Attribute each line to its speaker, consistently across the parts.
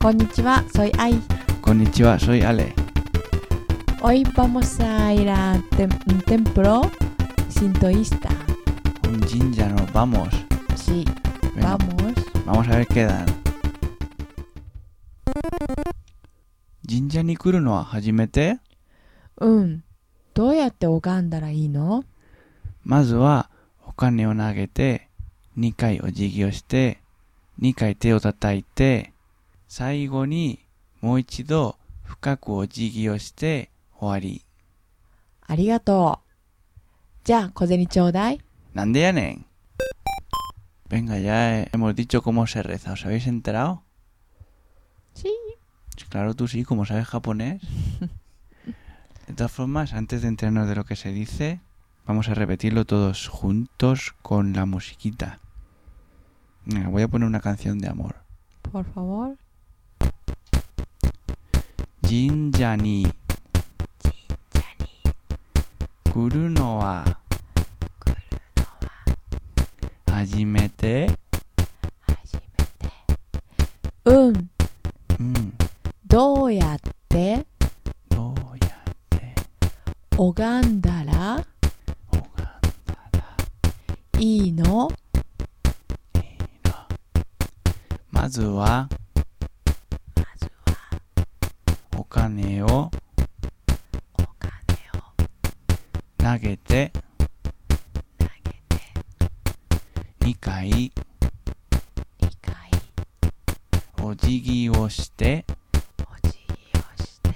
Speaker 1: Konnichiwa, soy Ai.
Speaker 2: Konnichiwa, soy Ale.
Speaker 1: Hoy vamos a ir a tem- un templo sintoísta.
Speaker 2: Un jinja, nos vamos.
Speaker 1: Sí,
Speaker 2: Venga,
Speaker 1: vamos.
Speaker 2: Vamos a ver qué dan. Jinja ni kuru no wa hajimete?
Speaker 1: うん。どうやって拝んだらいいの
Speaker 2: まずは、お金を投げて、2回お辞儀をして、2回手を叩いて、最後に、もう一度、深くお辞儀をして、終わり。
Speaker 1: ありがとう。じゃあ、小銭ちょうだい。
Speaker 2: なんでやねん Venga, ya he- hemos dicho cómo se reza. ¿Os habéis enterado?
Speaker 1: Sí.
Speaker 2: Claro, tú sí, como sabes japonés. De todas formas, antes de enterarnos de lo que se dice, vamos a repetirlo todos juntos con la musiquita. Venga, voy a poner una canción de amor.
Speaker 1: Por favor.
Speaker 2: Jinja ni kuru no wa hajimete.
Speaker 1: うん。
Speaker 2: Mm,
Speaker 1: どうやって
Speaker 2: どうや
Speaker 1: 拝んだら
Speaker 2: おが
Speaker 1: いいの
Speaker 2: まずはお金
Speaker 1: お
Speaker 2: を
Speaker 1: 金を
Speaker 2: 投げて
Speaker 1: 投げて
Speaker 2: 2回
Speaker 1: 2回
Speaker 2: お辞儀をして
Speaker 1: お辞儀をして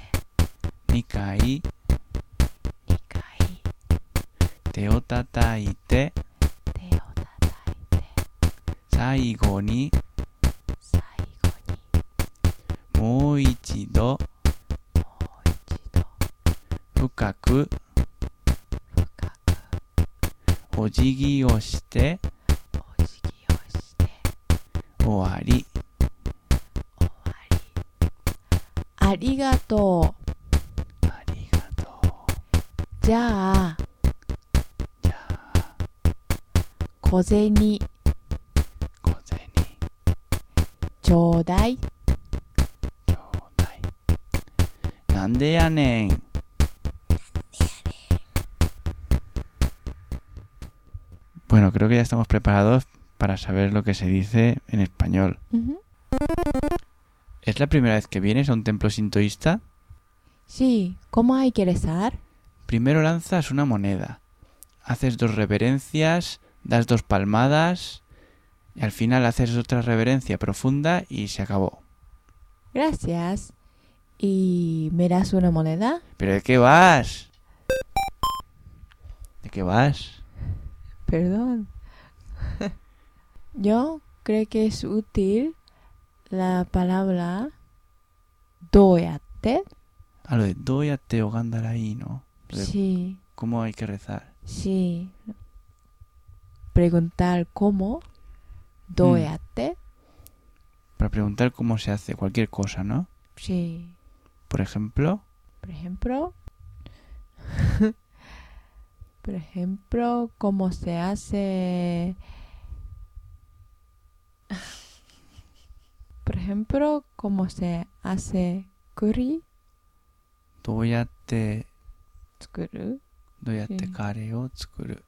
Speaker 2: 2回
Speaker 1: 2回
Speaker 2: 手を叩いて
Speaker 1: 手を叩いて
Speaker 2: 最後に
Speaker 1: 最後に
Speaker 2: もう一度
Speaker 1: もう一度
Speaker 2: 深く
Speaker 1: 深く
Speaker 2: お辞儀をして
Speaker 1: お辞儀をして
Speaker 2: 終わり
Speaker 1: 終わりありがとう
Speaker 2: ありがとう
Speaker 1: じゃあ小銭
Speaker 2: 小銭
Speaker 1: ちょうだい
Speaker 2: ちょうだいなんでやねんなんでやねん Bueno, creo que ya estamos preparados para saber lo que se dice en español. ¿Es la primera vez que vienes a un templo sintoísta?
Speaker 1: Sí, ¿cómo hay que rezar?
Speaker 2: Primero lanzas una moneda, haces dos reverencias, das dos palmadas y al final haces otra reverencia profunda y se acabó.
Speaker 1: Gracias. ¿Y me das una moneda?
Speaker 2: ¿Pero de qué vas? ¿De qué vas?
Speaker 1: Perdón. Yo creo que es útil la palabra doyate.
Speaker 2: A lo de doyate o ahí, ¿no? Lo de
Speaker 1: Sí,
Speaker 2: ¿Cómo hay que rezar?
Speaker 1: sí. Preguntar cómo Mm. doyate.
Speaker 2: Para preguntar cómo se hace cualquier cosa, ¿no?
Speaker 1: Sí.
Speaker 2: Por ejemplo,
Speaker 1: Por ejemplo, por ejemplo, cómo se hace, por ejemplo, cómo se hace curry,
Speaker 2: doyate,
Speaker 1: tsukuru,
Speaker 2: doyate
Speaker 1: Sí.
Speaker 2: kareo tsukuru.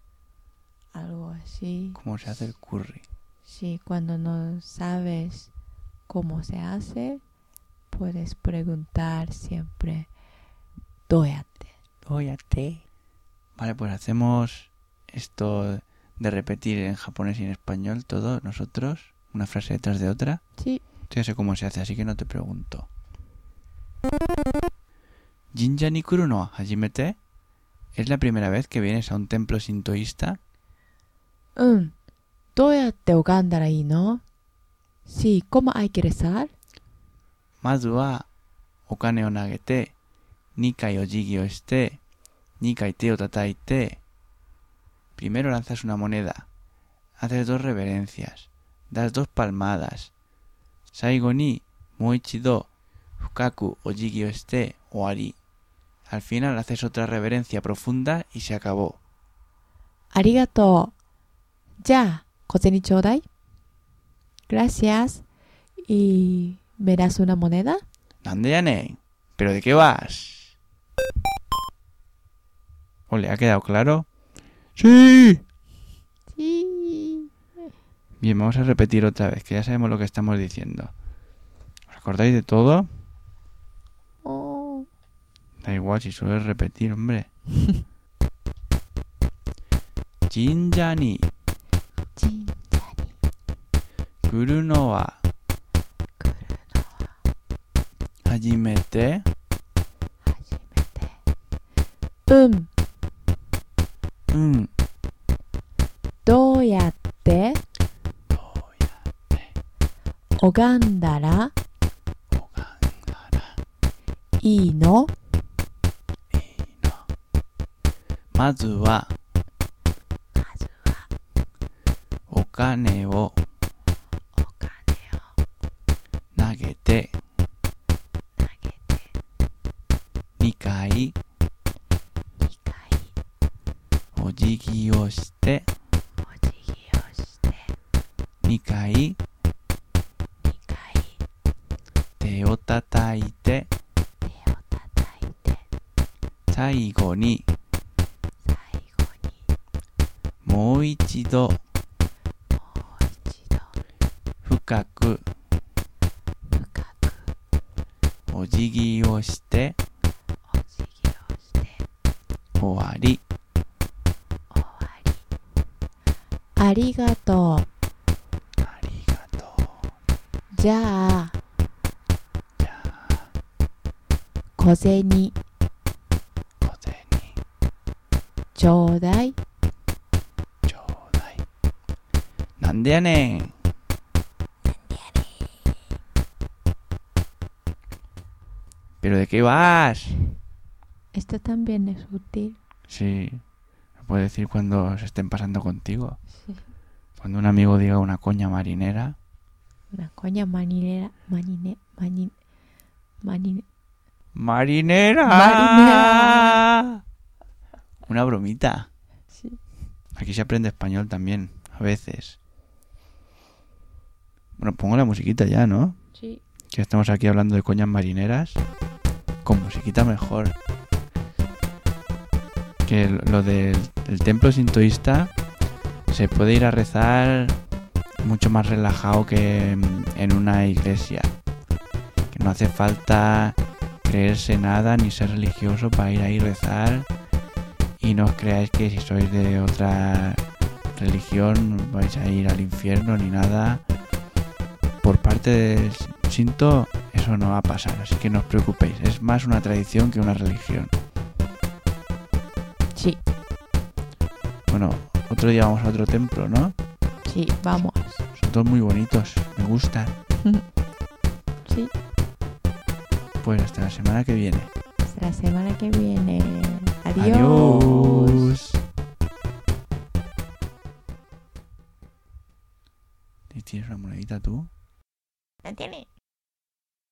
Speaker 1: algo así.
Speaker 2: ¿Cómo se hace el curry?
Speaker 1: Sí, cuando no sabes cómo se hace, puedes preguntar siempre, doyate.
Speaker 2: Doyate. Vale, pues hacemos esto de repetir en japonés y en español todo nosotros, una frase detrás de otra.
Speaker 1: Sí,
Speaker 2: Yo ya sé cómo se hace, así que no te pregunto. Jinja ni kuru no wa hajimete. ¿Es la primera vez que vienes a un templo sintoísta?
Speaker 1: うん。どうやって拝んだらいいの Sí, ¿cómo hay que rezar?
Speaker 2: まずは、お金を投げて、2回お辞儀をして、2回手を叩いて、primero lanzas una moneda, haces dos reverencias, das dos palmadas, 最後に、もう一度、深くお辞儀をして、終わり。al final haces otra reverencia profunda y se acabó.
Speaker 1: ありがとう。じゃあ、小銭ちょうだい。Gracias. Y ¿Me das una moneda?
Speaker 2: ¿Dónde ya ¿Pero de qué vas? ¿Ole, ha quedado claro? ¡Sí!
Speaker 1: Sí.
Speaker 2: Bien, vamos a repetir otra vez, que ya sabemos lo que estamos diciendo. ¿Os acordáis de todo?
Speaker 1: Oh.
Speaker 2: Da igual si sueles repetir, hombre. Jinjani
Speaker 1: Jin,
Speaker 2: kuru no wa hajimete
Speaker 1: um,
Speaker 2: un
Speaker 1: どうやって拝んだらいいの
Speaker 2: まずはお金を投げて2回お辞儀をして2回手を叩いて最後にもう一度深くお辞儀をして終わり
Speaker 1: ありがとう。
Speaker 2: ありがとう
Speaker 1: じゃあ、小銭
Speaker 2: 小銭
Speaker 1: ちょうだい。
Speaker 2: ちょうだいなんでやねんなんでやねん ¿Pero de qué vas?
Speaker 1: Esta también es útil.
Speaker 2: Sí, lo puedes decir cuando se estén pasando contigo. Cuando un amigo diga una coña marinera,
Speaker 1: Una coña marinera, manine, manine, manine.
Speaker 2: ¡Marinera!
Speaker 1: ¡Marinera!
Speaker 2: Una bromita.
Speaker 1: Sí.
Speaker 2: Aquí se aprende español también, a veces. Bueno, pongo la musiquita ya, ¿no?
Speaker 1: Sí.
Speaker 2: Que estamos aquí hablando de coñas marineras. Con musiquita mejor. Que l- lo del el templo sintoísta se puede ir a rezar mucho más relajado que mm, en una iglesia. Que no hace falta creerse nada ni ser religioso para ir ahí a rezar. Y no os creáis que si sois de otra religión vais a ir al infierno ni nada por parte del Shinto eso no va a pasar, así que no os preocupéis, es más una tradición que una religión.
Speaker 1: Sí,
Speaker 2: Bueno, otro día vamos a otro templo, ¿no?
Speaker 1: sí, vamos.
Speaker 2: Son todos muy bonitos, me gustan.
Speaker 1: Sí.
Speaker 2: Pues hasta la semana que viene.
Speaker 1: Hasta la semana que viene. Adiós.
Speaker 2: Adiós. ¿Y tienes una monedita tú?
Speaker 3: ¿La tiene?